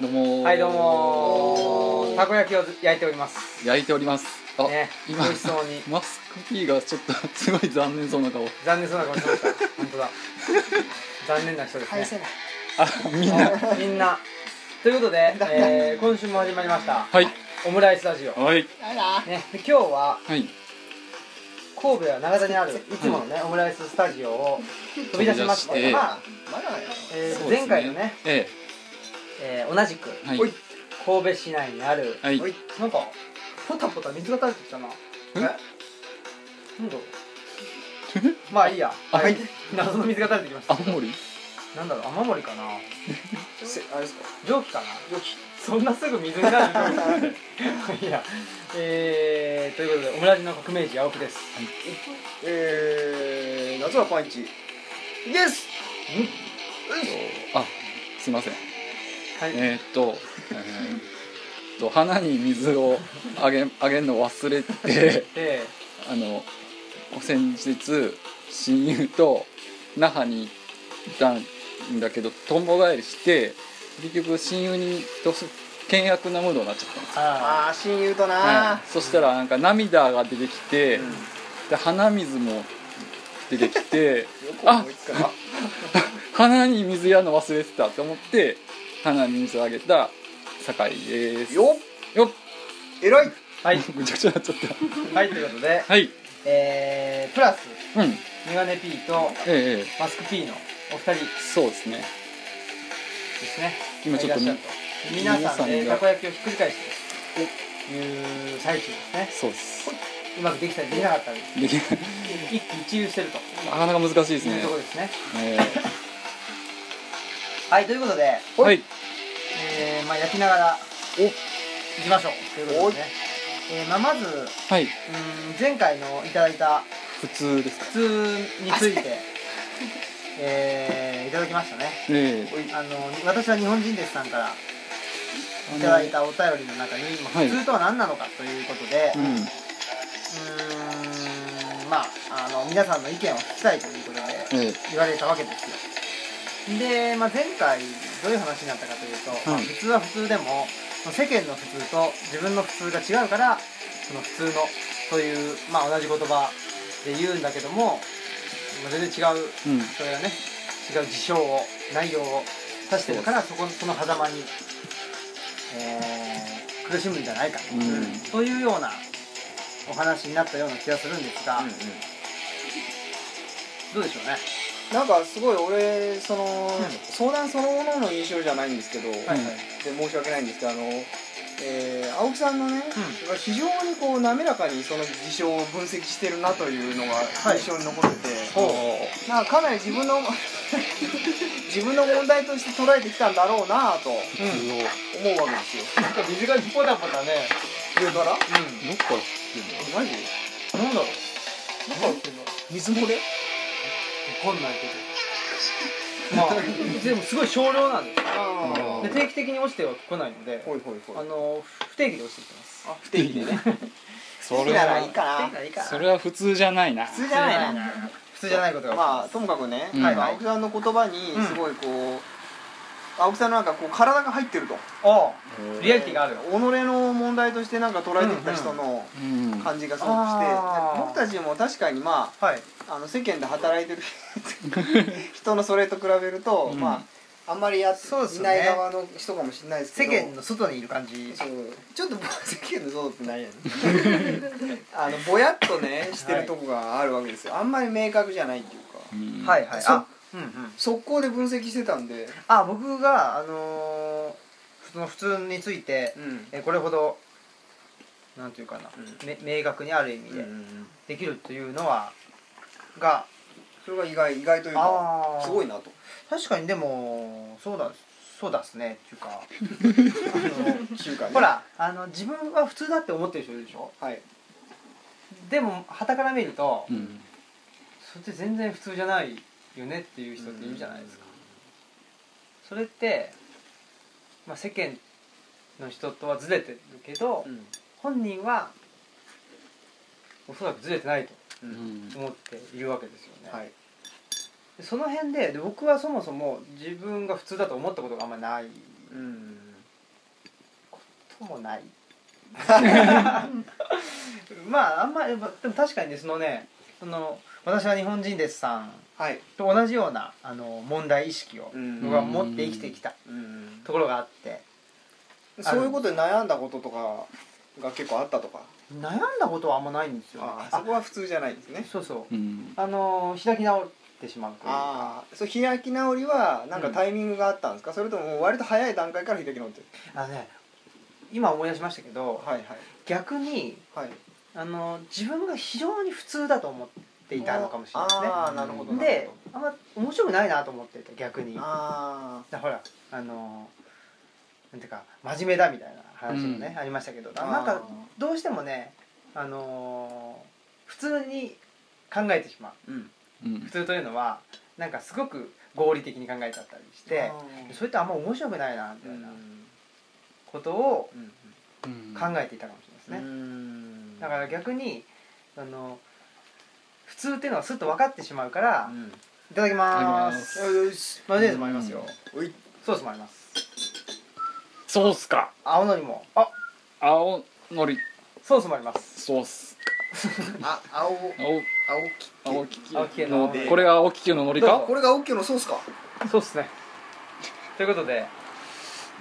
どうもーはいどうもーたこ焼きを焼いております焼いておりますあ、ね美今味しそうにマスク P がちょっと すごい残念そうな顔残念そうな顔してました本当だ残念な人ですね返せないあみんなみんなというこ とで、えー今週も始まりましたはいオムライスラジオ、はいあらね、で今日ははい神戸は長田にあるいつものね、オムライススタジオを飛び出しまして飛び出してまあまだよえーそうです前回のね、ええー同じく、えはいおい神戸市内にある、はいおいなんかポタポタ水が垂れてきたなえなんだろうまあいいやあはい謎の水が垂れてきました青森なんだろう雨漏りかなせあれですか蒸気かな蒸気そんなすぐ水になるの いやえー、ということでオムラジの革命児青木ですえー夏はパンチイエスあすいませんはい、えー、っと、えーっと花に水をあげあげるの忘れてであの先日親友と那覇に行ったんだけど友帰りして結局親友にとす険悪なムードになっちゃったんですよ、あああ親友となはい、そしたらなんか涙が出てきて、うんで鼻水も出てきてよく思いつかな鼻に水やるの忘れてたと思って鼻に水をあげた酒井ですよよっ っ偉いーはいぐちゃぐちゃになっちゃっはいということでたはいえー、プラスうんメガネ P とええええマスク P のお二人そうですねですね今ちょっといらねっしゃると皆皆ささんんでがたこ焼きをひっくり返してという最中ですねそうですうまくできたりできなかったりでき一喜一憂してるとなかなか難しいですいうねところですねえはいということで、えはいえーまあ、焼きながらおいきましょうということでね、えーまあ、まずうーんはい前回のいただいた普通ですか普通につい て、えーいただきましたねええあの私は日本人ですさんからいただいたお便りの中に、まあはい普通とは何なのかということで、あうのうんーんまああの皆さんの意見を聞きたいということでええ言われたわけですよで、まあ、前回どういう話になったかというと、まあうん普通は普通でもその世間の普通と自分の普通が違うからその普通のという、まあ、同じ言葉で言うんだけども、まあ全然違ううんそれがね違う事象を内容を指してるからそこその狭間に、えー苦しむんじゃないかと、うんというようなお話になったような気がするんですが、どうでしょうねなんかすごい俺そのうん相談そのものの印象じゃないんですけどはいうんはいで申し訳ないんですけどあの、えー青木さんのね、非常にこう滑らかにその事象を分析してるなというのがい印象に残ってて、ほうまあ、かなり自分の 自分の問題として捉えてきたんだろうなぁと思うん普通をうわけですよなんか水がポタポタね上からどっかうらマジんなんだろうなんか水漏れわかんないけどまあでもすごい少量なんですよあーあで定期的に落ちてはこないのでほいほいほあいの不定期で落ちてきてますあ不定期でねそ好きれならはいいかな不定期ならいいかなそれは普通じゃないな普通じゃないなな普通じゃないことが起きまあすともかくね、うんなんか青木さんの言葉にすごいこう、青木さんのなんかこう体が入ってるとおうリアリティがある己の問題としてなんか捉えてきた人のうん感じがすごくして、あー僕たちも確かにまはいああの世間で働いてる人のそれと比べると、うんまああんまりやっそうですいよなねい側の人かもしれないですけ世ど間の外にいる感じそうちょっとぼ世間の外って何やねん あのぼやっとねしてるとこがあるわけですよあんまり明確じゃないっていうかうんはいはいそあうんうん速攻で分析してたんで、あ僕があのーその普通についてうんえこれほどなんていうかな、うめ明確にある意味でうんできるというのはがそれが意外意外というかあーすごいなと確かにでもそうだそうだっすねっていうか中華あのねほらあの自分は普通だって思ってる人いるでしょはいでも傍から見ると、うんそれって全然普通じゃないよねっていう人っているじゃないですか、それってまあ、世間の人とはずれてるけど、うん本人はおそらくずれてないとうん思っているわけですよね、はいでその辺でで僕はそもそも自分が普通だと思ったことがあんまりないうんことも ないまああんまりでも確かにねそのねその私は日本人ですさんはいと同じようなあの問題意識をん僕は持って生きてきたうんところがあってそういうことで悩んだこととかが結構あったとか悩んだことはあんまないんですよ、ね、あーそあこは普通じゃないんですねそうそううんあの開き直ってしまうというあああそう開き直りはなんかタイミングがあったんですか、それとももう割と早い段階から開き直ってるのね今思い出しましたけどはいはい逆にはいあの自分が非常に普通だと思っていたのかもしれないですねああなるほどなるであんま面白くないなと思っていた逆にほどだかあらほらあのなんていうか真面目だみたいな話もね、うんありましたけどあなんかあどうしてもねあの普通に考えてしまーうんうんう普通というのはなんかすごく合理的に考えちゃったりしてそれってあんま面白くないなみうたいんなことをうんうん考えていたかもしれないですね、うんだから逆にあの普通っていうのはすっと分かってしまうから、うんいただきまいただーきますすよしマヨネーズもありますよ、おいソースもありますそうっすか青のりもあ青のりソースもありますそうっすあ青青青き青きき青木家ののこれが青ききののりかこれがオッケーのソースかそうですねということで、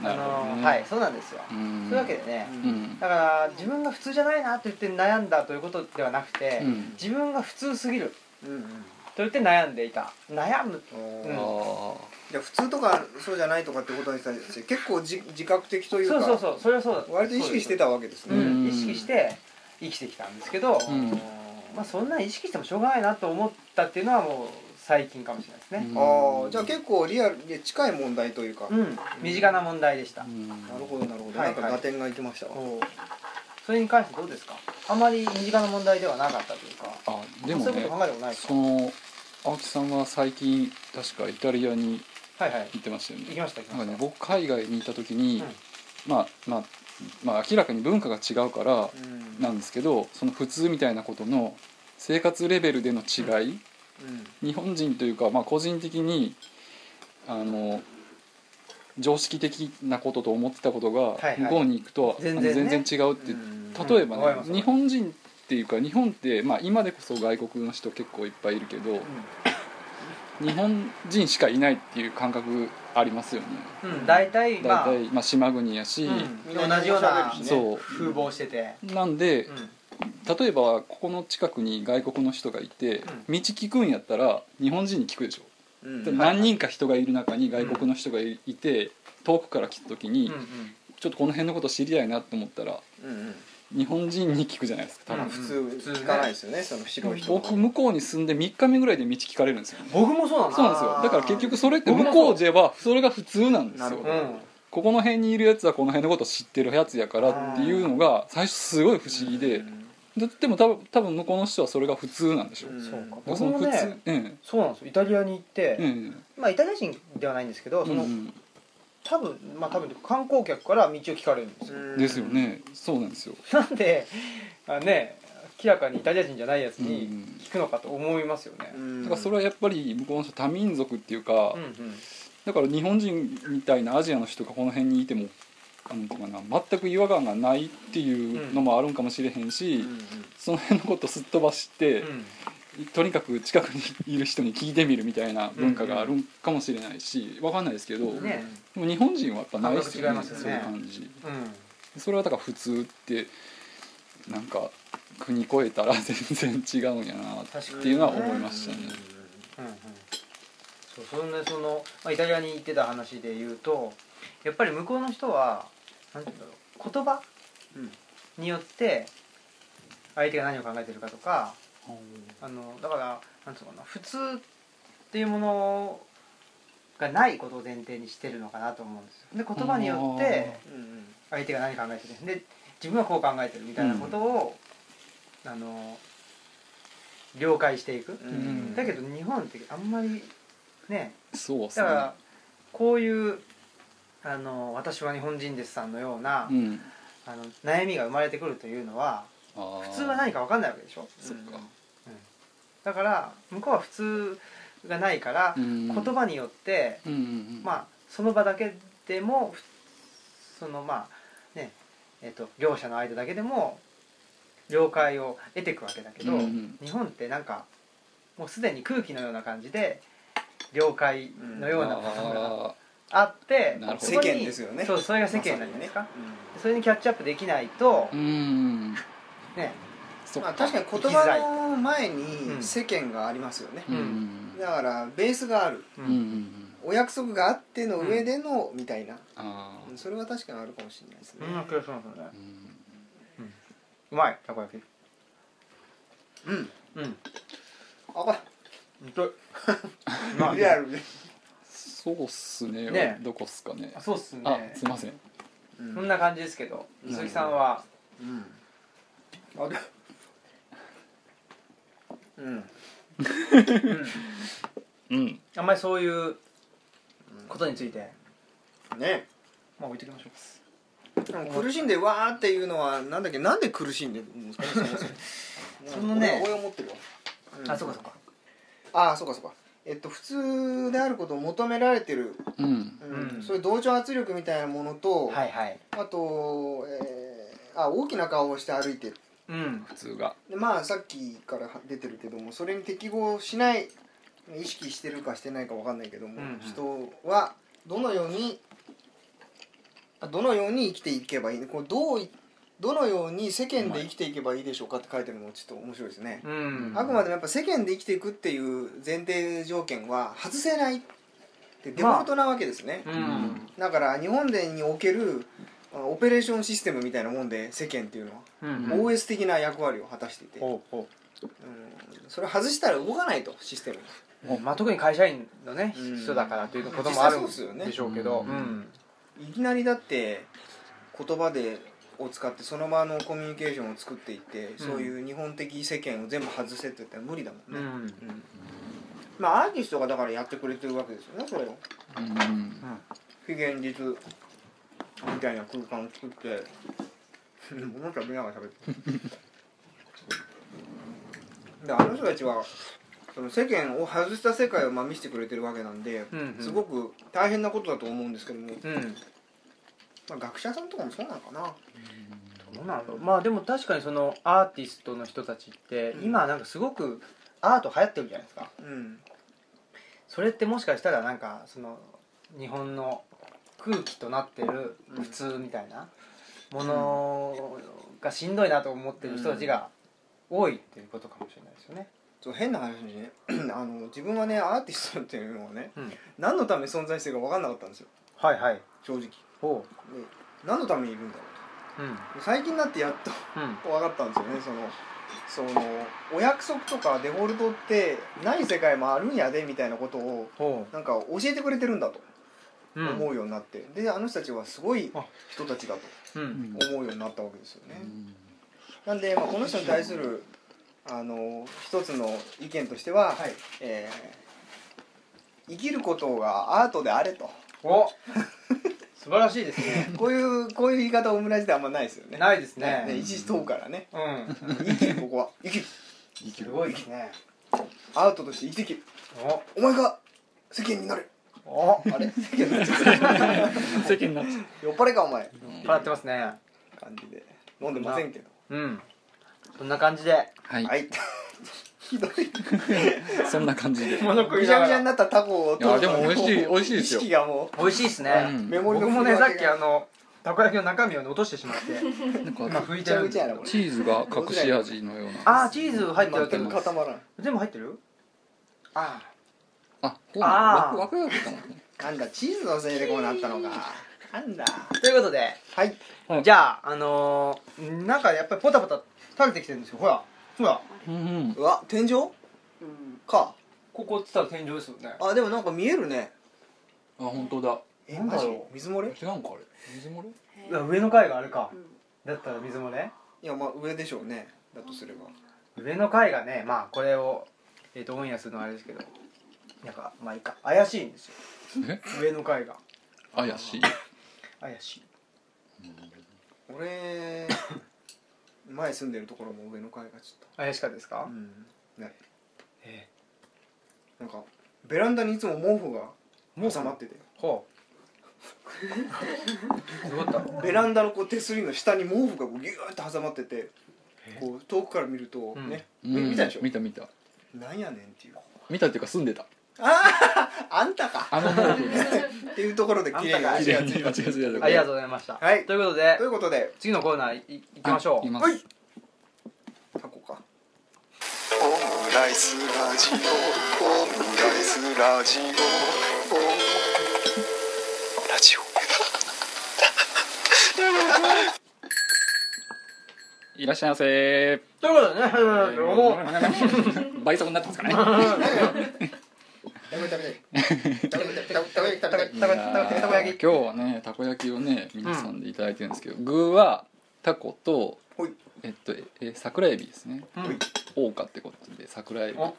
あなるほどのねはいそうなんですよ、うんそういうわけでね、うんだから自分が普通じゃないなと言って悩んだということではなくて、うん自分が普通すぎるうんうんと言って悩んでいた悩むあうんーじゃあ普通とかそうじゃないとかってことに対して結構じ自覚的というそかうそうそうそれはそうだ割と意識してたわけですうね、ん、意識して生きてきたんですけど、うんまあ、そんな意識してもしょうがないなと思ったっていうのはもう最近かもしれないですね、ああじゃあ結構リアルで近い問題というか、うん身近な問題でした、うんなるほどなるほど、はいなんか合点がいきましたわ、おうそれに関してどうですかあまり身近な問題ではなかったというかあでもそういうねこと考えたことないですかその青木さんは最近確かイタリアにはいはい行ってましたよね行きました行きなんまかしたね、僕海外にいた時に、うんまあまあまあ明らかに文化が違うからうんなんですけどその普通みたいなことの生活レベルでの違い、うん日本人というか、まあ、個人的にあの常識的なことと思ってたことがはいはい向こうに行くと、全あ然ねの全然違うって、うん例えばうんわかねりま、す日本人っていうか日本って、まあ、今でこそ外国の人結構いっぱいいるけど、日本人しかいないっていう感覚ありますよね。うん、うん、大体ま大あ、体、まあ、島国やし、うん、同じようなみんな日本語喋るしねそう風貌してて、なんで、うん例えばここの近くに外国の人がいて、ん道聞くんやったら日本人に聞くでしょ、うんで何人か人がいる中に外国の人がいいて遠くから来た時に、うんうんちょっとこの辺のこと知りたいなと思ったらうんうん日本人に聞くじゃないですか多分、うん普普通通ね聞かないですよねその白い人僕向こうに住んで3日目ぐらいで道聞かれるんですよね僕もそうなんそうなんですよだから結局それって僕向もそうこうではそれが普通なんですなるよほうどんここの辺にいるやつはこの辺のこと知ってるやつやからっていうのが最初すごい不思議で、だでも多分多分向こうの人はそれが普通なんでしょ、うんそうかだからその僕も普ね通、うんそうなんですよイタリアに行って、うんまあイタリア人ではないんですけどうその、ん多分まあ多分観光客から道を聞かれるんですよ、うん、ですよねそうなんですよなんであね明らかにイタリア人じゃないやつうにん聞くのかと思いますよね、だからそれははやっぱり向こうの人多民族っていうか、うんうんだから日本人みたいなアジアの人がこの辺にいてもなんていうかな全く違和感がないっていうのもあるんかもしれへんし、その辺のことすっ飛ばして、とにかく近くにいる人に聞いてみるみたいな文化があるんかもしれないしわかんないですけど、ねでも日本人はやっぱないですよね感覚違いますそうよいねう感じ。うんうんそれはだから普通ってなんか国越えたら全然違うんやな確かにっていうのは思いましたね。うんうんそうそんでその、まあ、イタリアに行ってた話で言うとやっぱり向こうの人はなんていうんだろう言葉うんによって相手が何を考えてるかとかあのだからなんつうのかな普通っていうものがないことを前提にしてるのかなと思うんですよで言葉によって相手が何考えてるで自分はこう考えてるみたいなことを、あの了解していく、んだけど日本ってあんまりねそうっすだねからこういうあの私は日本人ですさんのような、うんあの悩みが生まれてくるというのはあ普通は何かか分かんないわけでしょそっか、だから向こうは普通がないから、うん、言葉によって、うんうんうんまあその場だけでもふそのまあねえっと両者の間だけでも了解を得ていくわけだけど、うんうん日本ってなんかもうすでに空気のような感じで了解のようなものがああって、なるほどそこに世間ですよねそうそれが世間なんじゃないですか、それにキャッチアップできないとー、うんねそっまあ、確かに生き言づらい葉の前うんに世間がありますよね、うんうだからベースがあるううんんうんうんお約束があっての上でのみたいな、あうんそれは確かにあるかもしれないですね、うんそうそうそうねーうんうまいたこ焼きうんうんあこ痛いうまい リアルで、そうっすねねどこっすかねそうっすねあすいませんうんそんな感じですけどうん鈴木さんはうんあれうんうんうんあんまりそういうことについてねまあ置いときましょうでも苦しんでわーっていうのはなんだっけなんで苦しんでるんですかねそ もそもそのね俺は俺は思ってるわ、んあそうかそうかああそうかそうかえっと普通であることを求められてる、うんうんうんそういう同調圧力みたいなものと、はいはいあと、えーあ大きな顔をして歩いてるうん普通がでまあさっきから出てるけどもそれに適合しない意識してるかしてないかわかんないけども、うんうん人はどのようにあどのように生きていけばいいこうどういどのように世間で生きていけばいいでしょうかって書いてるのもちょっと面白いですね、うんあくまでもやっぱ世間で生きていくっていう前提条件は外せないってデフまあォルトなわけですね、うんだから日本でにおけるあオペレーションシステムみたいなもんで世間っていうのは、うんうん OS 的な役割を果たしていて、うん、ほうほそれ外したら動かないとシステムがうもうまあ特に会社員のねうん人だからということもあるん実際そうっすよねでしょうけどうんうんいきなりだって言葉でを使ってその場のコミュニケーションを作っていって、そういう日本的世間を全部外せって言ったら無理だもんうね、んうんまあアーティストがだからやってくれてるわけですよねそれをうん非現実みたいな空間を作って物食べながら喋ってるであの人たちはその世間を外した世界をまあ見せてくれてるわけなんで、うんうんすごく大変なことだと思うんですけども、うんまあ、学者さんとかもそうなのかなどうなんだろうまあでも確かにそのアーティストの人たちってうん今なんかすごくアート流行ってるじゃないですかうんそれってもしかしたらなんかその日本の空気となってるうん普通みたいなものがしんどいなと思ってる人たちが多いっていうことかもしれないですよね。そう変な話にね あの自分はねアーティストっていうのはねうん、何のために存在してるか分かんなかったんですよはいはい。正直でほ何のためにいるんだろう。うんうと最近になってやっとうん分かったんですよねそのそのお約束とかデフォルトってない世界もあるんやでみたいなことをほなんか教えてくれてるんだとう。うん思うようになって、であの人たちはすごいあ人たちだとううんん思うようになったわけですよね、なんで、まあ、この人に対するあの一つの意見としては、はいえー生きることがアートであれとお 素晴らしいですね。こういうこういう言い方オムライスであんまないですよねないですねねね。一時問うからね うん。生きるここは生きる生きするごいですね。アートとして生きていけるお前が世間になれおお。あれ世間になっちゃう世間になっちゃ酔っ払いかお前払ってますね。感じで飲んでませんけどうん。そんな感じで。うははいいひどいそんな感じでもの食ぐいちなゃがぐちゃらになったタコを取るいやでも美味しい美味しいですよ意識がも美味しいですね、うんメモリの僕もね振りさ分っけきがあのたこ焼きの中身をね落として しまってなん今か拭いてるんですけめちゃめちゃやなどこチーズが隠し味のようなあーチーズ入ってるうけ全どく固まらん全部入ってるああそうなのわくわくだったのねなんだチーズのせいでこうなったのかなんだあということではいはいじゃああのー、なんかやっぱりポタポタ垂れてきてるんですよほらほらうんうわ天井うんかここっつったら天井ですよねあでもなんか見えるねあ本当だえなんだろうマジ水漏れ違うんかあれ水漏れいや上の階があれかうんだったら水漏れいやまあ上でしょうねだとすれば上の階がねまあこれをえっ、とオンエアするのはあれですけどなんかまあいいか怪しいんですよえ上の階が怪しい怪しい俺前住んでるところも上の階がちょっ怪しかったですと、か、うんね、えなんかベランダにいつも毛布が収まっててえほうどうだったベランダのこう手すりの下に毛布がこうギューッと挟まっててえこう遠くから見るとうんね、うん見たでしょ見た見たなんやねんっていう見たっていうか住んでたあんたかあの毛布がっていうところで綺麗あがん綺足が麗ついにあちがちだありがうとうございました、はいということでということで次のコーナーいい行きましょういまはいす箱かオムライスラジオオムライスラジオオムラジオいらっしゃいませということでね、もう倍速になってますからね食べ食べ食べ食べ食べ食べ食べい たやこたこ焼ーき今日はねたこ焼きをね皆さんでいただいてるんですけど、具はタコとほいえっとええ桜エビですねうんはい桜花ってことで桜エビおお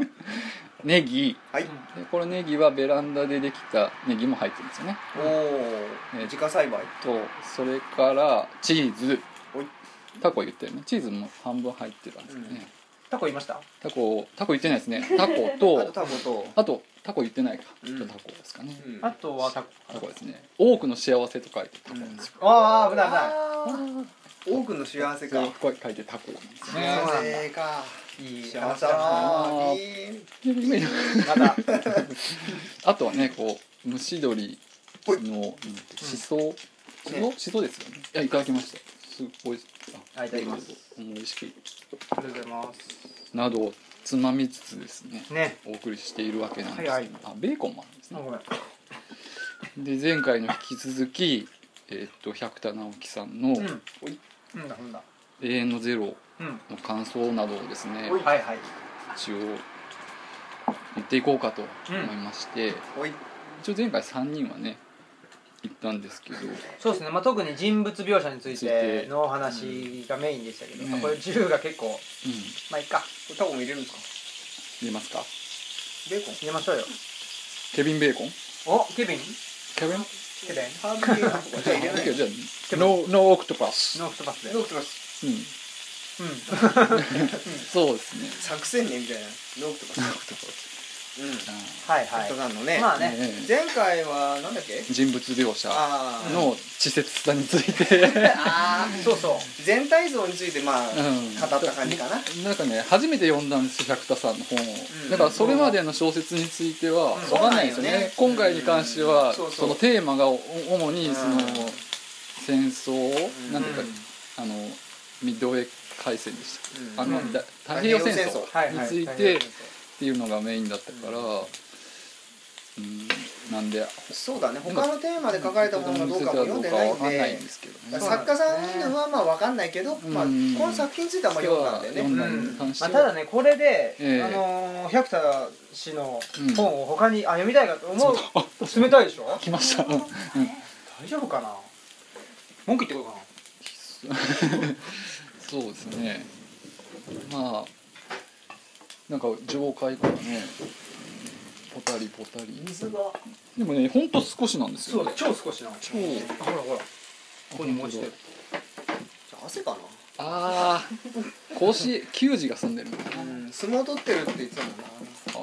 ーネギはいでこれネギはベランダでできたネギも入ってるんですよねおえー自家栽培とそれからチーズほいタコ言ってるねチーズも半分入ってたんですけどね、うんタコいましたタコタコ言ってないですねタコあととタコとあとタコ言ってないか、うんちょっとタコですかね、うんあとはタコタコですね多くの幸せと書いてタコなんですよ、ああ危ない危ない多くの幸せそれかをこう書いてタコなんですねね幸せかいい幸せまだあなーいい たあとはねこう蒸し鶏ほいのしそねしそですよねいやいただきましたすごいあはいいただきますどうぞうん美味しくありがとうございますなどをつまみつつですねねお送りしているわけなんですけど、はいはいあベーコンもあるんですあねごめんで前回の引き続きえーっと百田直樹さんのうんおいうんだうんだ「永遠のゼロうん」の感想などをですねおいはいはい一応言っていこうかと思いまして、おい一応前回3人はね行ったんですけどそうですね、まあ、特に人物描写についついててのお話がメインでしたけど、うんまあこれ銃が結構うんまあいっかこれタコも入れるんですか出ますかベーコン入れましょうよケビン・ベーコンおケビンケビンケビンハーブ系のタコじゃあ入れ ないけどじよゃあノーノーオクトパス、ノーフットパスでどうきますうん、うんそうですね作戦ねみたいなノークとかノーオクトパスうんはいホッはトいガンのねまあねねえ前回はなんだっけ人物描写あーの稚拙さについてあーそうそう全体像についてまあうん語った感じかななんかね初めて読んだんです百田さんの本を、んだからそれまでの小説についてはうんわかんないですよね,、そうなんよね今回に関しては、うんそうそうそのテーマがお主にその、うん戦争を、うんなんていうか、うんあのミッドウェー海戦でした、うんあの、うんだ太平洋戦争太はいはいについてっていうのがメインだったから、うん、なんでそうだね他のテーマで書かれたものがどうかも読んでないんわかんないんでですけどだねから作家さんはまあわかんないけど、んまあ、この作品についてはまあ読んだんで読んねだに関してまあ、はただねこれで、ええあのー百田氏のうん本を他に、あ読みたいかと思う冷たいでしょ来ました、うん大丈夫かな文句言ってこよう そうですねまあなんか上階からねポタリポタリ水がでもねほんと少しなんですよかなそう超少しなこ超ほらほらここにも落ちてる汗かああ甲子園球児が住んでるんだな、うん、相撲取ってるって言ってたもんなあ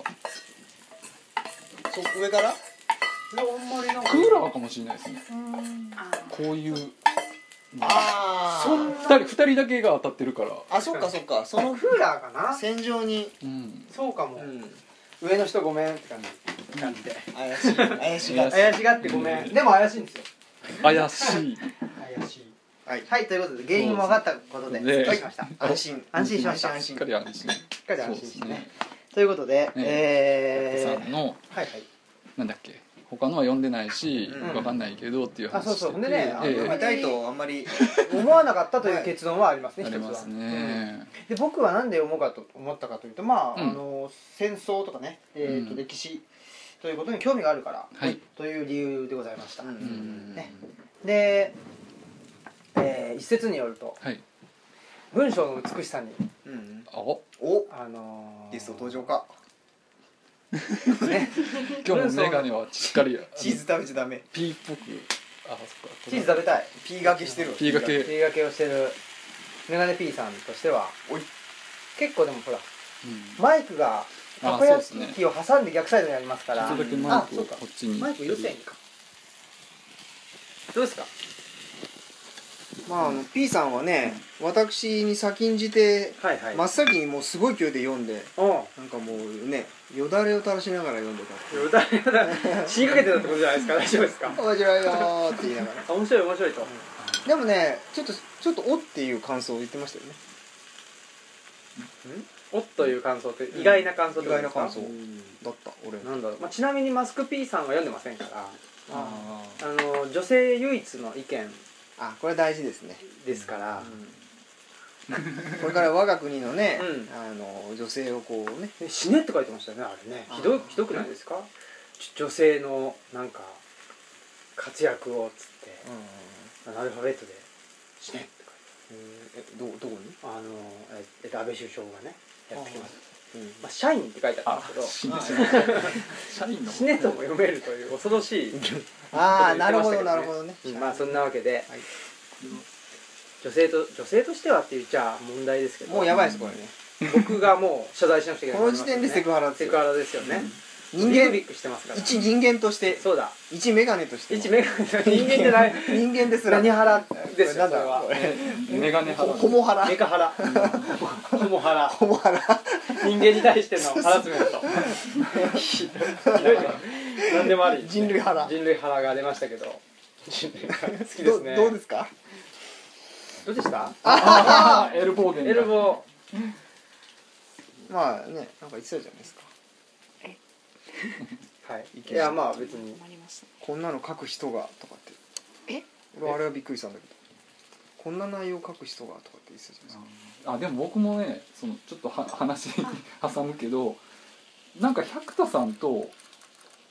そう上からあんまりなんクーラーかもしれないですねこういうああそん2人二人だけが当たってるからあそっかそっかそのクーラーかな戦場に、うんそうかも、うん、上の人ごめんって感じ感じで怪しい怪しいが怪しがってごめん、でも怪しいんですよ怪しい怪しいはいはいということで原因も分かったことでそうですね解きました安心 安心しました安し心っかり安心しっかり安心してそうですねねということで、ねえさーんのはいはいなんだっけ他のは読んでないし、うんわかんないけどっていうあ話そうそうほんでね、あのええ読みたいとあんまり思わなかったという結論はありますね、あり一つはますね、で僕は何で思うかと思ったかというとまあ,、うんあの戦争とかね、えーとうん歴史ということに興味があるから、はいという理由でございました、うんうんねで、えー一説によるとはい文章の美しさにうんあおおあのーゲスト登 場かね今日のメガネはしっかりあの チーズ食べちゃダメピーっぽくあそっかチーズ食べたい P がけしてるわピーがけ言い訳をしてるメガネ P さんとしてはおい結構でもほらうんマイクがたこ焼き器を挟んで逆サイドにありますからちょっとだけマイあクそをうかこっちにマイク要請かどうですかまああの P さんはね私に先んじてはいは真っ先にもうすごい勢いで読んでうなんかもうねよだれを垂らしながら読んでたん歌い歌い死にかけてたってことじゃないです か大丈夫ですか「面白いよ」って言いなが らあ面白い面白いとでもねちょっとちょっと「お」っていう感想を言ってましたよねおっという感想って意外な感想って意ことで外なすか感想だった俺なんだろう、まあ、ちなみにマスク P さんは読んでませんからああの女性唯一の意見あこれ大事ですねですから、これから我が国のね、 うんあの女性をこうねね死ねって書いてましたよねあれねあーひどいひどくないですかちょ女性のなんか活躍をっつっうてアルファベットで「死ね」って書いてんえどどこあるあのええっと安倍首相がねやってきますに、うんまあ、社員って書いてああったんです死ねはい社員けどの死ねとも読めるという恐ろしい、ああちょっと言ってましたけどねなるほどなるほどね、うんまあそんなわけで、はい女性と女性としてはって言っちゃ問題ですけどもうやばいですこれね僕がもう謝罪しなくちゃいけないこの時点でセクハラですセよクハラですよね、人ビクビ間クしてますから一人間としてそうだ一メガネとして一メガネ人間じゃない人間ですら何ハラでこすれよそなれんだはこれメガネホモハラメカハラホモハラホモハ ラ人間に対してのハラスメントひどいね何でもあり人類ハラ人類ハラが出ましたけど人類ハラ好きですどどねうですかどうでしたあーエルボーゲンだエルボまあねなんか言ってたじゃないですかーはいいいやまあ別に困りましたねこんなの書く人がとかってえ俺はあれはびっくりしたんだけどこんな内容書く人がとかって言ってたじゃないですかあでも僕もねそのちょっとは話 挟むけどなんか百田さんと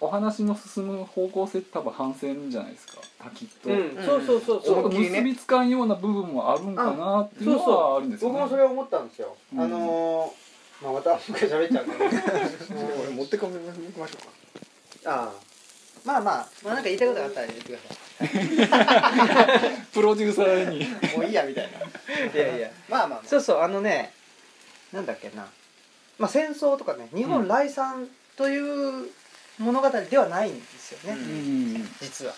お話の進む方向性って多分反戦じゃないですかあきっと、うんそうそうそうそうなんか大きいね結びつかんような部分もあるんかなっていうそうのはあそるうんですよ僕ねもそれ思ったんですよあうんのーまあまたもう一回喋っちゃうけど 俺持ってかめましょうかああまあまあまあなんか言いたいことがあったら言ってくださいプロデューサーにもういいやみたいない やいやまあまあまそうそうあのねなんだっけな、まあ、戦争とかね日本来産という物語ではないんですよね、うんうんね実は。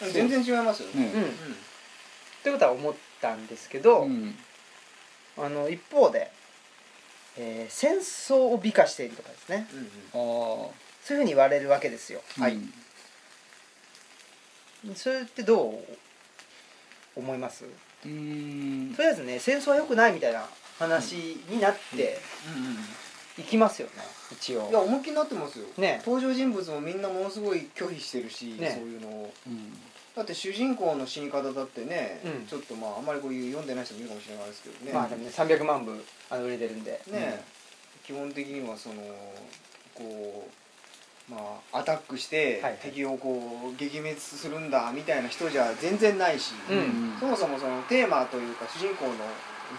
あ全然違いますよねうん、うんということは思ったんですけど、うんあの一方で、えー戦争を美化しているとかですねあーそういうふうに言われるわけですよ。はいうんそれってどう思いますうーんとりあえずね戦争は良くないみたいな話になっていきますよね一応。いや思いっきりなってますよ、ね登場人物もみんなものすごい拒否してるし、ねそういうのをうんだって主人公の死に方だってね、うんちょっとまああんまりこういう読んでない人もいるかもしれないですけどね、まあでもね300万部あの売れてるんで。ね、基本的にはそのこうまあアタックしてはいはい敵をこう撃滅するんだみたいな人じゃ全然ないし、うんそもそもそのテーマというか主人公の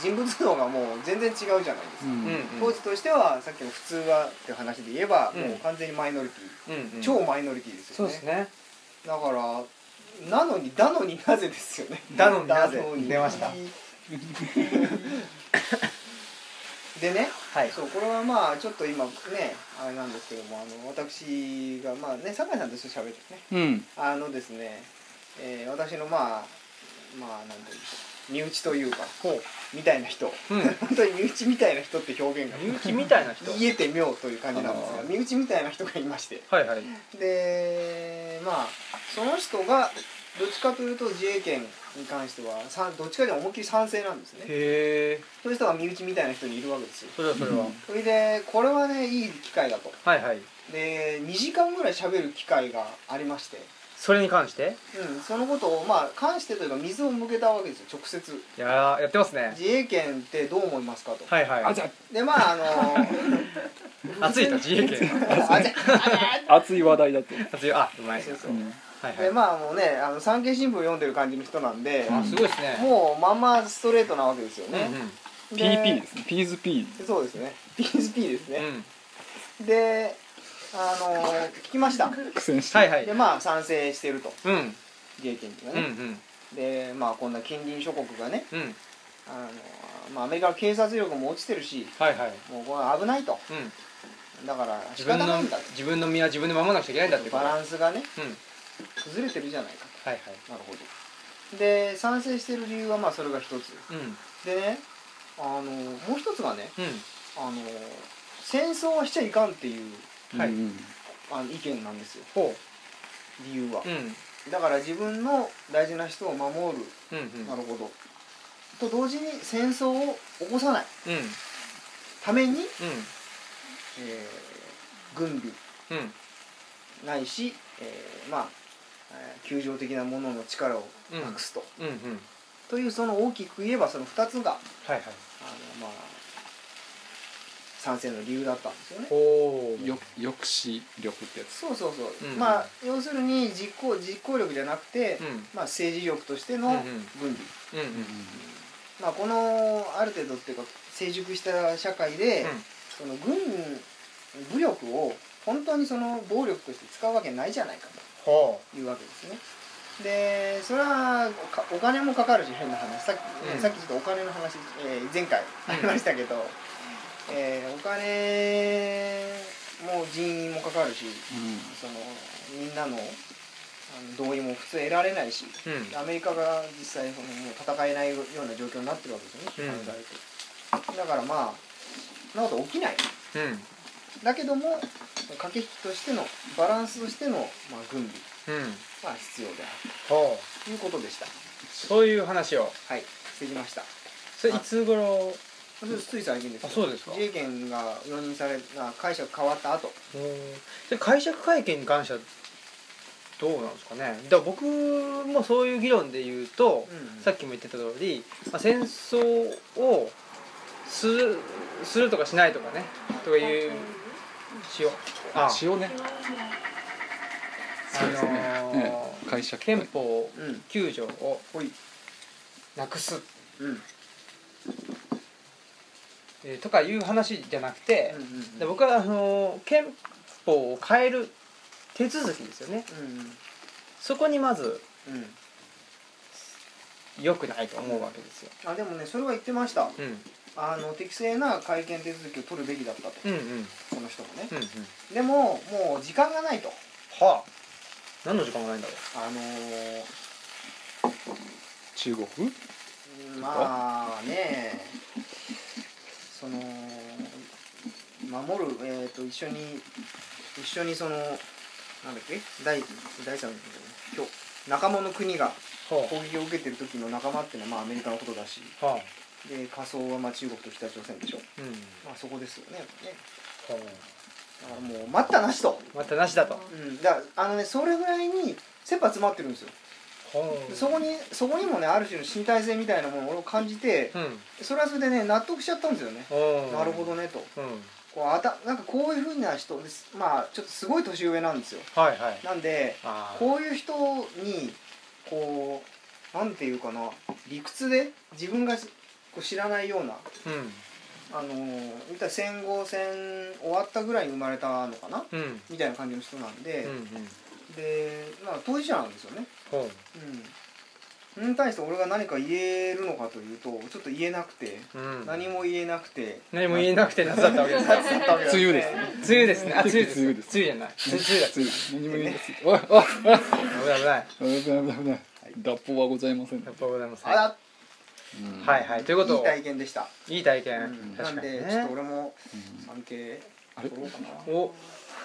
人物像がもう全然違うじゃないですか、うんうん当時としてはさっきの普通はっていう話で言えば、うんもう完全にマイノリティうんうん超マイノリティですそようねですねだからなのにだのになぜですよね だのになぜだのに出ました でねはいそうこれはまあちょっと今ねあれなんですけどもあの私がまあね酒井さんと一緒に喋ってねうんあのですね、えー私のまあまあなんて言うんでしょう身内というかみたいな人うん本当に身内みたいな人って表現が身内みたいな人言えて妙という感じなんですあがー身内みたいな人がいましてはいはいでまあその人がどっちかというと自衛権に関してはさんどっちかで思いっきり賛成なんですねへえそういう人が身内みたいな人にいるわけですよそれはそれはそれでこれはねいい機会だとはいはいで2時間ぐらい喋る機会がありまして、それに関してうん、そのことをまあ関してというか水を向けたわけですよ直接ややってますね自衛権ってどう思いますかと、はいはあじゃでまああの熱いと自衛権あじゃあ熱い話題だと、熱いあうまいそうそううんはいでまあもうねあの産経新聞読んでる感じの人なんで、うんあすごいですねもうまんまストレートなわけですよね、で PP ですね P's P そうですね PSP ですうんうね、んであのー聞きました苦戦してはいはでいまあ賛成してるとうん利益っていううかんね、でまあこんな近隣諸国がねうんうんあの、まあ、アメリカの警察力も落ちてるしはいはいもうこれ危ないとうんだから仕自方分なのいんだと自分の身は自分で守らなくちゃいけないんだってことバランスがねうんはい崩れてるじゃないかはいとなるほどで賛成してる理由はまあそれが一つうんでねあのもう一つがねうあの戦争はしちゃいかんっていうはいうんあの意見なんですよほ理由は、んうんだから自分の大事な人を守る、うんなるほどと同時に戦争を起こさないうんために、うえー軍備んうんないし、えーまあえー球場的なものの力をなくすと、うんうんというその大きく言えばその2つがあはいはいの、まあ、賛成の理由だったんですよねほうよ抑止力ってやつそうそうそう、うんまあ要するに実行実行力じゃなくて、うんまあ、政治力としてのうんう軍ん備、うんうんまあ、このある程度っていうか成熟した社会で、その軍武力を本当にその暴力として使うわけないじゃないかほというわけですね。でそれはかお金もかかるし変な話さっき,、うんさっきちょっとお金の話、えー前回ありましたけど、えーお金も人員もかかるしそのみんなのあの同意も普通得られないし。ううんアメリカが実際そのもう戦えないような状況になってるわけですよね、うん考えてだからまあそんなこと起きないうんだけども駆け引きとしてのバランスとしての、まあ、軍備うんが必要であるほうということでしたそういう話をはいしてきましたそれいつ頃それつい最近ですよあそうですか自衛権が容認された解釈変わった後おーで解釈会見に関してはどうなんですかねだから僕もそういう議論で言うと、うんさっきも言ってた通り、まあ、戦争をするするとかしないとかねとかいうしようあ一応ねあのーね解釈憲法うん9条をほいなくす、うんうんえーとかいう話じゃなくて、うんで僕はあのー憲法を変える手続きですよねうんそこにまずうんうん良くないと思うわけですよ。あでもねそれは言ってましたうんあの適正な会見手続きを取るべきだったとうんうんこの人もねうんうんでももう時間がないとはあ何の時間もないんだろあのー中国まあねその守るえっ、と一緒に一緒にそのなんだっけ第第三の今日仲間の国がうは攻撃を受けてる時の仲間っていうのはまあアメリカのことだしあはあで仮想はまあ中国と北朝鮮でしょうんまあそこですよねやっぱねはだからもう待ったなしと、あまたなしだとうん、だからあのねそれぐらいに切羽詰まってるんですよはそこにそこにもねある種の身体性みたいなものを俺を感じてうんそれはそれでね納得しちゃったんですよねはあなるほどねとうんこうあたなんかこういうふうな人ですまあちょっとすごい年上なんですよはいはいなんでああこういう人にこうなんていうかな理屈で自分がしこう知らないようなうんあのー言ったら戦後戦終わったぐらいに生まれたのかなうんうんみたいな感じの人なんでう、んで、まあ、当事者なんですよねはうんそれに対して俺が何か言えるのかというとちょっと言えなくて、あうん何も言えなくて何も言えなくて夏だったわ けですかだったわけだ梅雨ですね梅雨ですねあ梅雨です梅雨で梅雨すじゃない梅雨だつい何も言えなくておいおいおい危ない危危なないい危ない危ない脱法はございませんやっぱございますあらうんはいはいということいいを体験でした、いい体うん験な確んかにで、ちょっとね俺もうん産経あれ取ろうかなお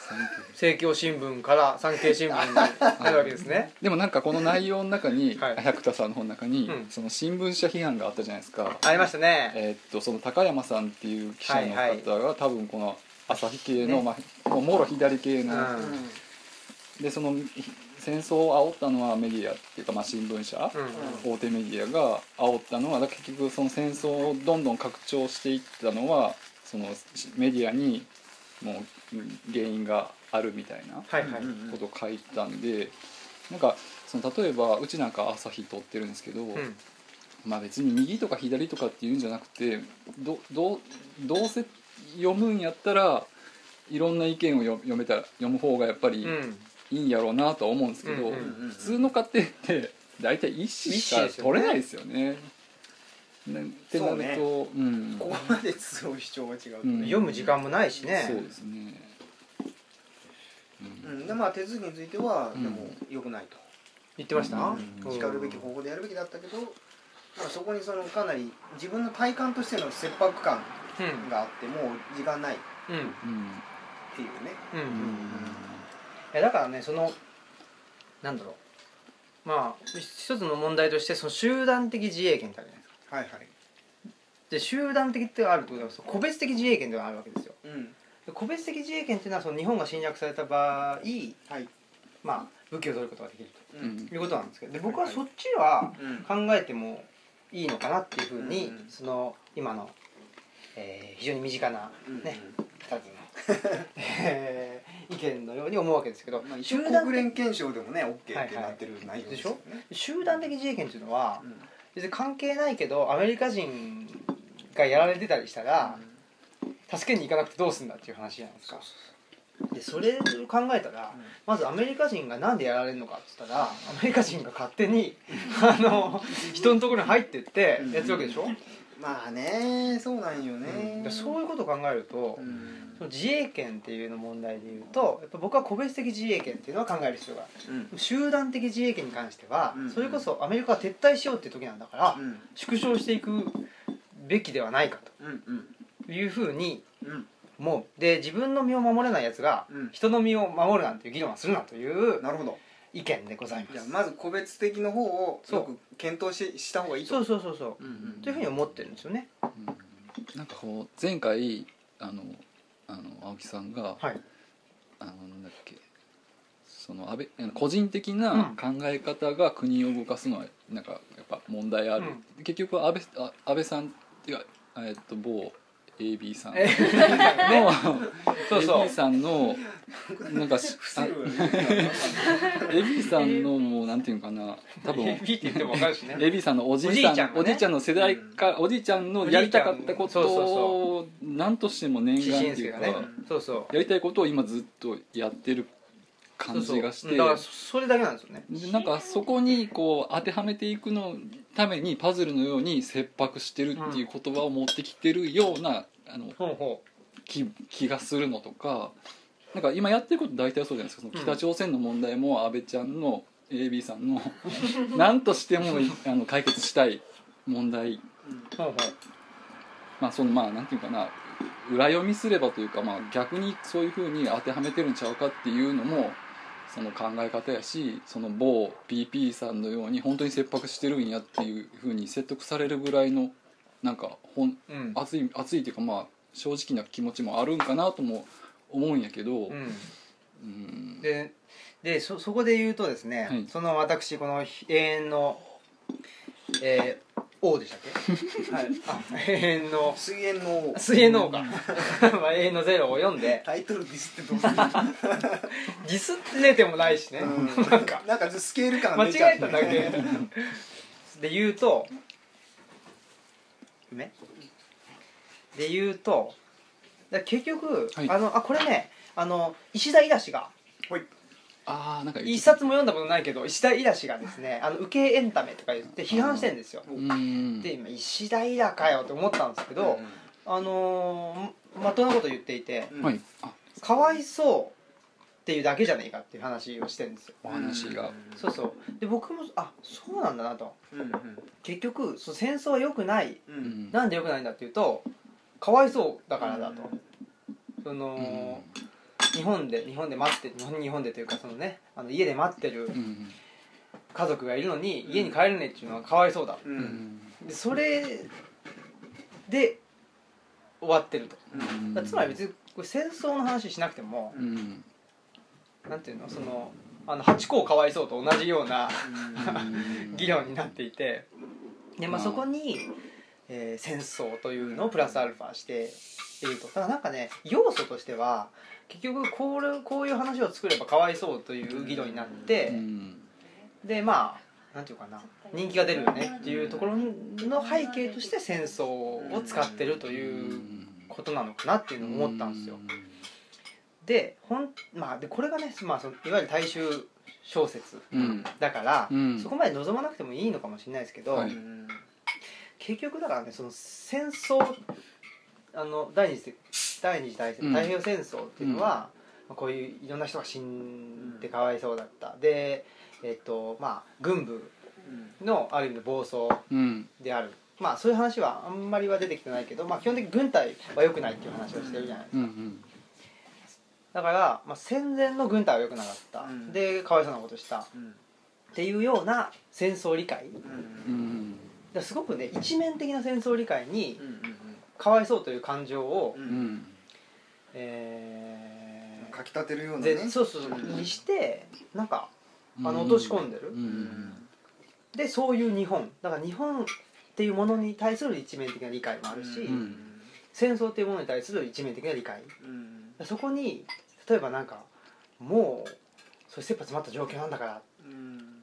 産経政教新聞から産経新聞になるわけです ねでもなんかこの内容の中に はい百田さんの本の中にうんその新聞社批判があったじゃないですかありましたねえーっとその高山さんっていう記者の方が多分この朝日系のねまあもうもろ左系うのんうんでそのひ戦争を煽ったのはメディアっていうかまあ新聞社うん大手メディアが煽ったのはだから結局その戦争をどんどん拡張していったのはそのしメディアにもううん原因があるみたいなはいはいうんことを書いたんでなんかその例えばうちなんか朝日撮ってるんですけど、うんまあ別に右とか左とかっていうんじゃなくてどどうどうせ読むんやったらいろんな意見を読読めたら読む方がやっぱりうんいいんやろうなとは思うんですけど、うんうんうんうん普通の家庭って大体一子し一子かですよね取れないですよね。ねってなるとう,、ん、ここまで強い主張が違うとうんね、読む時間もないしねそうですね。ううんんでまあ手続きについてはうんでも良くないと、言ってました、うんうん叱るべき方法でやるべきだったけど、まあ、そこにそのかなり自分の体感としての切迫感うんがあってもう時間ないっうんうんていうねうん、うんいやだからねそのなんだろうまあ一つの問題としてその集団的自衛権ってあるじゃないですかはいはいで集団的ってあるってことはその個別的自衛権ではあるわけですようんで個別的自衛権っていうのはその日本が侵略された場合、はいまあ、武器を取ることができるううんということなんですけどで僕はそっちはうん考えてもいいのかなっていうふうに、うんうんその今の、えー非常に身近なうんね2つの、 えー意見のように思うわけですけど、まあ、一応集団国連憲章でもね OK はいってなってる内容よね、集団的自衛権っていうのはうん別に関係ないけどアメリカ人がやられてたりしたらうん助けに行かなくてどうすんだっていう話じゃないですかでそれを考えたらうんまずアメリカ人がなんでやられるのかって言ったらアメリカ人が勝手に あの人のところに入ってってやってるわけでしょまあねそうなんようんね、でそういうことを考えるとうんその自衛権っていうの問題で言うとやっぱ僕は個別的自衛権っていうのは考える必要があるうん集団的自衛権に関してはうんそれこそアメリカは撤退しようっていう時なんだからうん縮小していくべきではないかうんうんというふうにうん思うで自分の身を守れないやつがうん人の身を守るなんていう議論はするなというなるほど意見でございじまゃあすまず個別的の方をそうよく検討しした方がいいとそうそうそうそうう、んうんというふうに思ってるんですよねうんなんかこう前回あのあの青木さんが、はいあのなんだっけその安倍個人的な考え方が国を動かすのはなんかやっぱ問題ある、結局安倍あ安倍さんっていうか、えっと、某 AB さんの えそうそう AB さんの なんかし伏あせるわね AB さんのもうなんていうのかな多 分 AB って言っても分かるしね エビさんのおじいさんおじいちゃんがねおじいちゃんの世代か、おじいちゃんのやりたかったことそうそうを何としても念岸願信ってい介うがか、ねそうそうやりたいことを今ずっとやってる感じがしてそうそううんだからそれだけなんですよねでなんかそこにこう当てはめていくのためにパズルのように切迫してるっていう言葉を持ってきてるような、あのほうほ気気がするのとかなんか今やってること大体そうじゃないですかそのうん北朝鮮の問題も安倍ちゃんの AB さんの 何としてもあの解決したい問題うほうほまあそのまあなんていうかな裏読みすればというか、まあ、逆にそういうふうに当てはめてるんちゃうかっていうのもその考え方やしその某 PP さんのように本当に切迫してるんやっていうふうに説得されるぐらいのなんかほんううん熱い熱いっていうかまあ正直な気持ちもあるんかなとも思うんやけど、うんうんででそそこで言うとですね、はいその私この永遠の、えー、王でしたっけはいあ永遠の水泳の水泳の王か まあ永遠のゼロを読んでタイトルディスってどうするデのィスってでもないしね、うんなんかなんかスケール感間が出ちゃう違えただけで言うと梅で言うとだから結局、はいあのあこれねあの石田伊しがはいああなんか一冊も読んだことないけど石田イラ氏がですねあの受けエンタメとか言って批判してんですようんで今石田イラかよって思ったんですけど、あのーまっとうなこと言っていてうんはいあかわいそうっていうだけじゃないかっていう話をしてるんですよお話がそうそうで僕もあそうなんだなとうんうん結局その戦争は良くないうんううんんなんで良くないんだっていうとかわいそうだからだと、その、日本で日本で待って日本日本でというかそのねあの家で待ってる、うん家族がいるのに家に帰れねえっていうのはかわいそうだううんんでそれで終わってるとうんだからつまり別にこれ戦争の話しなくても うんなんていうのそのあの八公かわいそうと同じようなうん議論になっていてで、まあ、うんそこに、えー戦争というのをプラスアルファしているとだからなんかね要素としては結局これこういう話を作ればかわいそうという議論になって。うんでまあなんていうかな人気が出るよねっていうところの背景として戦争を使ってるということなのかなっていうのを思ったんですよでほん、まあ、でこれがね、まあ、そのいわゆる大衆小説うんだから、うんそこまで望まなくてもいいのかもしれないですけど、はいうん結局だからねその戦争あの第二次第二次大戦うん太平洋戦争っていうのは、まあこういういろんな人が死んでかわいそうだったでえっとまあ軍部のある意味の暴走うんであるまあそういう話はあんまりは出てきてないけど、まあ、基本的に軍隊は良くないっていう話をしてるじゃないですか、うんうんだから、まあ、戦前の軍隊は良くなかった、うんでかわいそうなことしたっうんていうような戦争理解だかううんんらすごくね一面的な戦争理解にうんかわいそうという感情を、ううんうんんえかきたてるようーなでねそうそうそううんにしてなんかうあんの落とし込んでる、うんうんでそういう日本だから日本っていうものに対する一面的な理解もあるし、うん戦争っていうものに対する一面的な理解うんそこに例えばなんかもうそういう切羽詰まった状況なんだからうん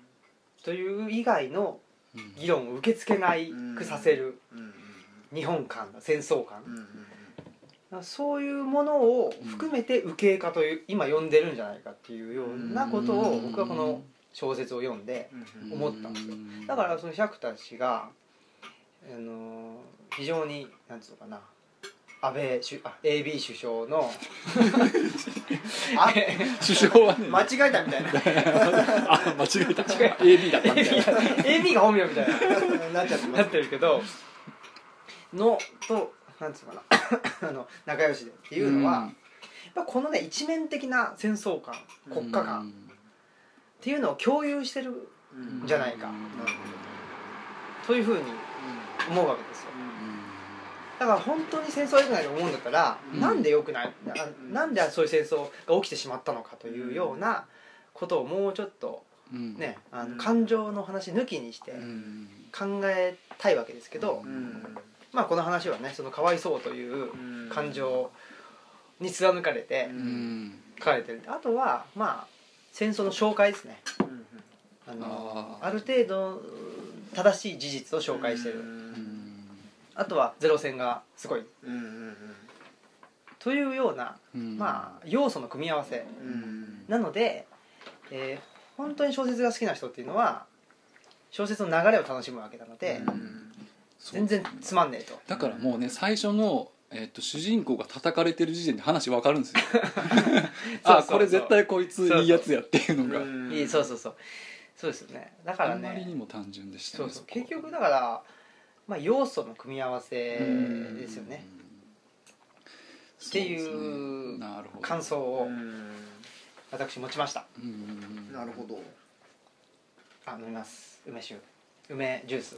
という以外のうん議論を受け付けないくさせるうんうん日本観戦争観うんそういうものを含めて右傾化という今呼んでるんじゃないかっていうようなことを僕はこの小説を読んでうん思ったんですよだからその百田氏が、あのー非常になんつうのかな安倍首あ AB 首相のあ首相はね間違えたみたいなあ間違えた AB だったみたいな AB が本名みたいな。なっちゃってまなっすてるけどのとなんつうのかな あの仲良しでっていうのは、やっぱこのね一面的な戦争観うん国家観っていうのを共有してるうんじゃないかうんなるほどというふうに思うわけですよだから本当に戦争は良くないと思うんだったら、うんなんで良くないななんでそういう戦争が起きてしまったのかというようなことをもうちょっとうんね、あうのん感情の話抜きにしてうん考えたいわけですけど、ううんまあこの話はねそのかわいそうといううん感情に貫かれてうんうん書かれてるあとはまあ戦争の紹介ですねうんあのあーある程度正しい事実を紹介してうるうんんあとはゼロ戦がすごいうんうんというようなうんまあ要素の組み合わせううんんなので、えー本当に小説が好きな人っていうのは小説の流れを楽しむわけなのでうんそう全然つまんねえとだからもうね最初のえっと主人公が叩かれてる時点で話わかるんです よそうそうあこれ絶対こいついいやつやっていうのがうんいいそうそうそうそうですよねだかあらんまりねにも単純でしたそうねそうこ結局だから、まあ、要素の組み合わせうんですよねそってですねいうなるほど感想うをん私持ちましたうんうんうんなるほどあ飲みます梅酒梅ジュース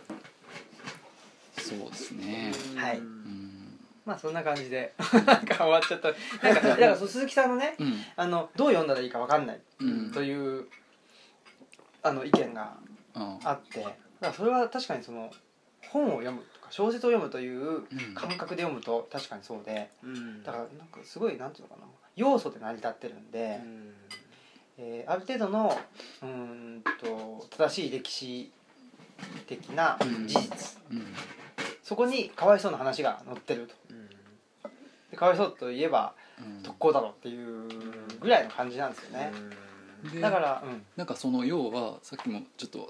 そうですねはいうんまあそんな感じで なんか終わっちゃったなんかだからそう鈴木さんのねうんあのどう読んだらいいか分かんないうんという、あの意見がああってだからそれは確かにその本を読むとか小説を読むといううん感覚で読むと確かにそうでうんだからなんかすごいなんていうのかな要素で成り立ってるんで、うんえーある程度のうーんと正しい歴史的なうん事実、うんそこにかわいそうな話が載ってるとうんでかわいそうといえばうん特攻だろっていうぐらいの感じなんですよね、でだから、うん、なんかその要はさっきもちょっと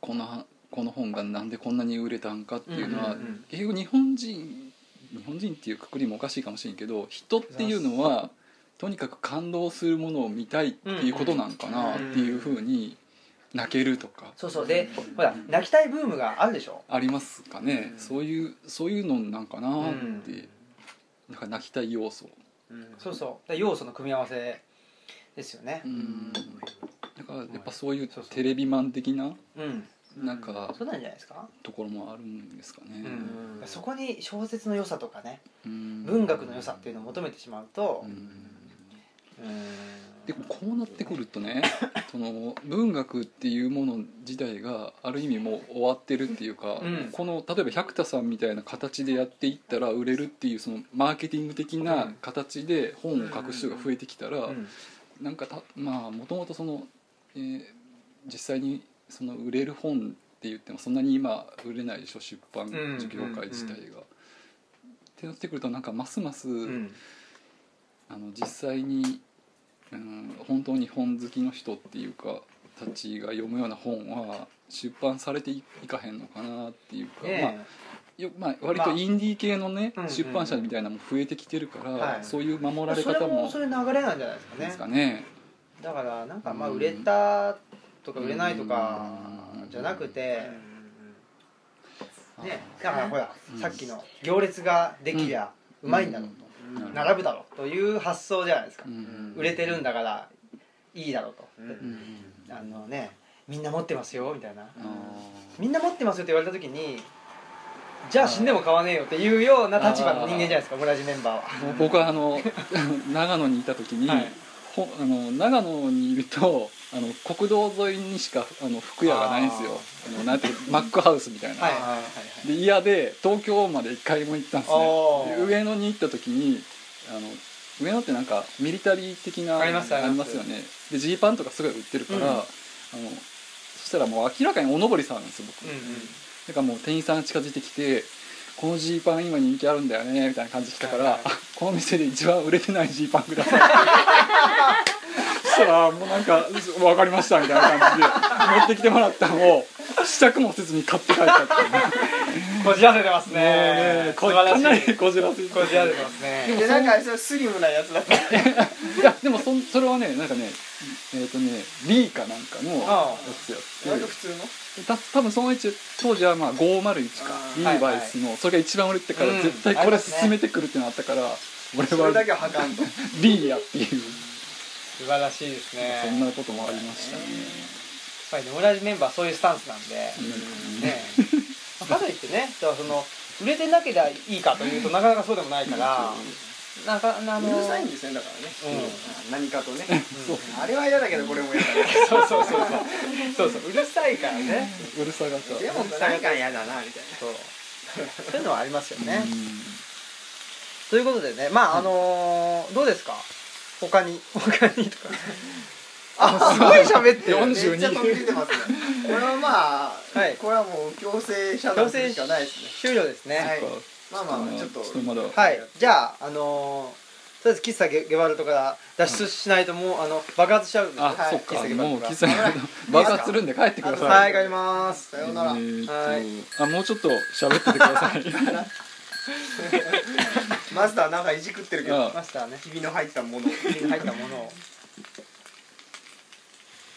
このこの本がなんでこんなに売れたんかっていうのは、うんうんうん結局日本人日本人っていうくくりもおかしいかもしれんけど人っていうのはとにかく感動するものを見たいっていうことなんかなっていうふうに泣けるとかそうそうでほら泣きたいブームがあるでしょありますかね、うんそういうそういうのなんかなって、なんか泣きたい要素うんそうそうだから要素の組み合わせですよねうんだからやっぱそういうそうそうテレビマン的なうんなんかそうなんじゃないですか、ところもあるんですかうね。んうんそこに小説の良さとかねうん文学の良さっていうのを求めてしまうとう、んうーんでもこうなってくると ねその文学っていうもの自体がある意味もう終わってるっていうか、うんこの例えば百田さんみたいな形でやっていったら売れるっていうそのマーケティング的な形で本を書く人が増えてきたら、うんなんかたまあもともとその、えー実際にその売れる本って言ってもそんなに今売れないでしょ出版んうんうん業界自体が。ってなってくるとなんかますます、うんあの実際に、うん、本当に本好きの人っていうかたちが読むような本は出版されていいかへんのかなっていうか、まあねよまあ、割とインディー系のね、まあうんうんうん出版社みたいなのも増えてきてるから、はいそういう守られそれ方ももそういう流れなんじゃないですかねですかね。だからなんかまあうん売れたとか売れないとかじゃなくて、ね、だからほら、うんさっきの行列ができりゃうまいんだろうと、うんうん並ぶだろうという発想じゃないですか、うん売れてるんだからいいだろうと、うんうんあのねみんな持ってますよみたいな、あーみんな持ってますよって言われた時にじゃあ死んでも買わねえよっていうような立場の人間じゃないですかブラジメンバーは僕はあの 長野にいた時に、はいほあの長野にいるとあの国道沿いにしかあの服屋がないんですよあのなんていうマックハウスみたいな、はいはいはいはいで嫌で東京まで一回も行ったんですおねーで上野に行った時にあの上野ってなんかミリタリー的なありますありますよねでジーパンとかすごい売ってるから、うんあのそしたらもう明らかにおのぼりさんなんですよ僕、うだからもう店員さんが近づいてきて「このジーパン今人気あるんだよね」みたいな感じで来たからはいあ「 この店で一番売れてないジーパンください」 そしたらもうなんか「分かりました」みたいな感じで持ってきてもらったのを試着もせずに買って帰ったっていうねんうんこじらせてますもうねねこ素晴らかなしりいこじらせてこじらせてますねでなんかそれスリムなやつだったいやでもそんそれはねなんかねえっ、とね B かなんかのやあつや割ってと普通のた多分そのうち当時はまあ501かあーリーバイスのそれが一番売れてからうん絶対これ進めてくるってのあったから俺それだはけははかんと B やっていう素晴らしいですねそんなこともありましたねやっぱりね同じメンバーはそういうスタンスなんで、ねまあかといってねだからその売れてなければいいかというとなかなかそうでもないからなかなあうのるさいんですねだからねうん何かとねあれは嫌だけどこれも嫌だねそうそうそうそうそうそううるさいからねうるさが ったでもなんか嫌だなみたいそうそういうのはありますよね、うんということでねまああのーどうですか他に他にとかあすごい喋って42るなめっちゃ飛び出てますねこれはまあ、はいこれはもう強制遮断するしかないですね終了ですねはいそっまあかまあちょっとちょっとまだはい、じゃあ、あのーとりあえず喫茶ゲゲバルトから脱出しないともう、あの爆発しちゃうんで、あ、はい、そっか喫茶ゲバルもうトが喫茶はい爆発するんで帰ってくださいはい、帰ります。さようなら、えーっとはいあもうちょっと喋っててください マスターなんかいじくってるけあどマスターね、ひびの入った もの手に入ったものを。い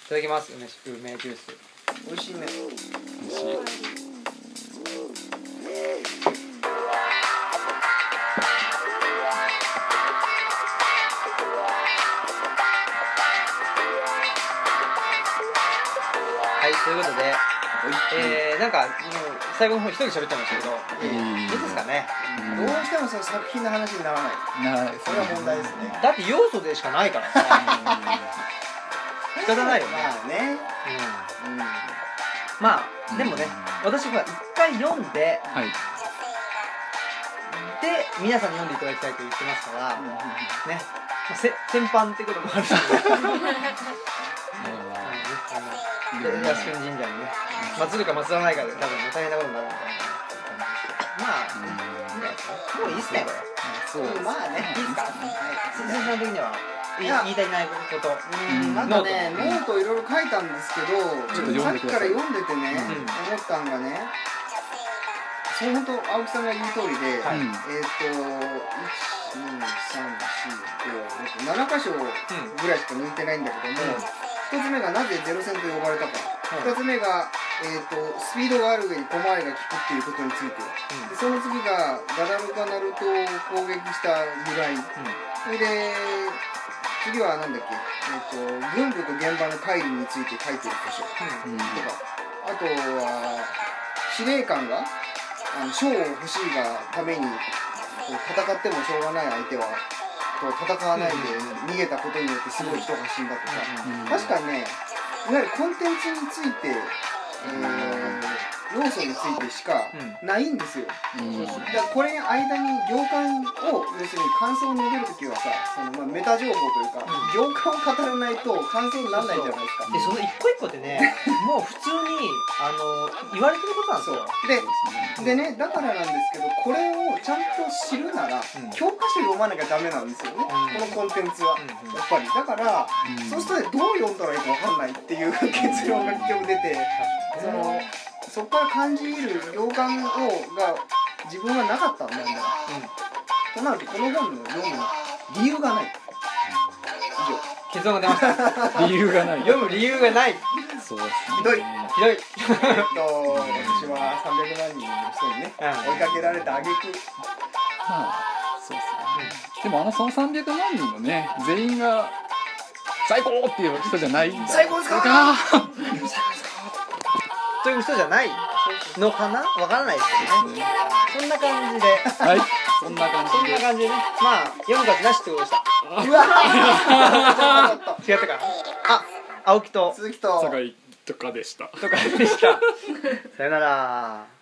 ただきます、梅酒梅ジュース。美味しいねはい、ということで、えー、なんか、もう最後の方一人喋っちゃいましたけど、うんどうですかね。どうしてもその作品の話にならないないそれは問題ですねだって要素でしかないからさ。仕方ないよね。まあねうんうんまあ、でもね、私は一回読んで、はいで皆さんに読んでいただきたいと言ってますから、ね、まあ、せ先般ってこともあるし、あのね、あの靖国神社にね祭るか祭らないかで多分ね大変なことになるみたいなまあ、ね、もういいっすねこれそううんまあねいいですか鈴木さん的には言いいや言いたいないこと、うんなんかねノートいろいろ書いたんですけちょっとど読んさっできくかだらさい読んでてねうん思ったんがねそう本当青木さんが言う通りで、はいうんえっ、と1234567箇所ぐらいしか抜いてないんだけども、一つ目がなぜゼロ戦と呼ばれたか、うん二つ目が、えー、とスピードがある上に小回りが効くっていうことについて、んでその次がガダルカナルトを攻撃した由来それで次は何だっけ、えー、と軍部と現場の乖離について書いてる箇所とかうんうんあとは司令官があの賞を欲しいがためにこう戦ってもしょうがない相手はこう戦わないで逃げたことによってすごい人が死んだとか。うん確かにねいわゆるコンテンツについて、えー要素についてしかないんですよ、うんだからこれの間に行間を要するに感想を述べるときはさその、まあ、メタ情報というか、行間を語らないと感想にならないじゃないですかでその一個一個でねもう普通にあの言われてることなんですよそうででねだからなんですけどこれをちゃんと知るなら、ん教科書読まなきゃダメなんですよね、うんこのコンテンツは、うんうんやっぱりだから、うんそうするとどう読んだらいいかわかんないっていう結論が結局出てそのそこから感じる行間をが自分はなかったんだよ、となるとこの本の読む理由がない結論が出ました理由がない読む理由がないひそうですねひどいどいえっと私は300万人の人にねうん追いかけられた挙句まあそうですねでもあのその300万人のね全員が最高っていう人じゃないんだ最高 ですかそうかという人じゃないのかなわからないですけどねそんな感じではいそんな感そんじなで感じでねまあ読む価値なしってことでしたうわーちょっと違ったかあ青木と鈴木と酒井とかでしたとかでしたさよなら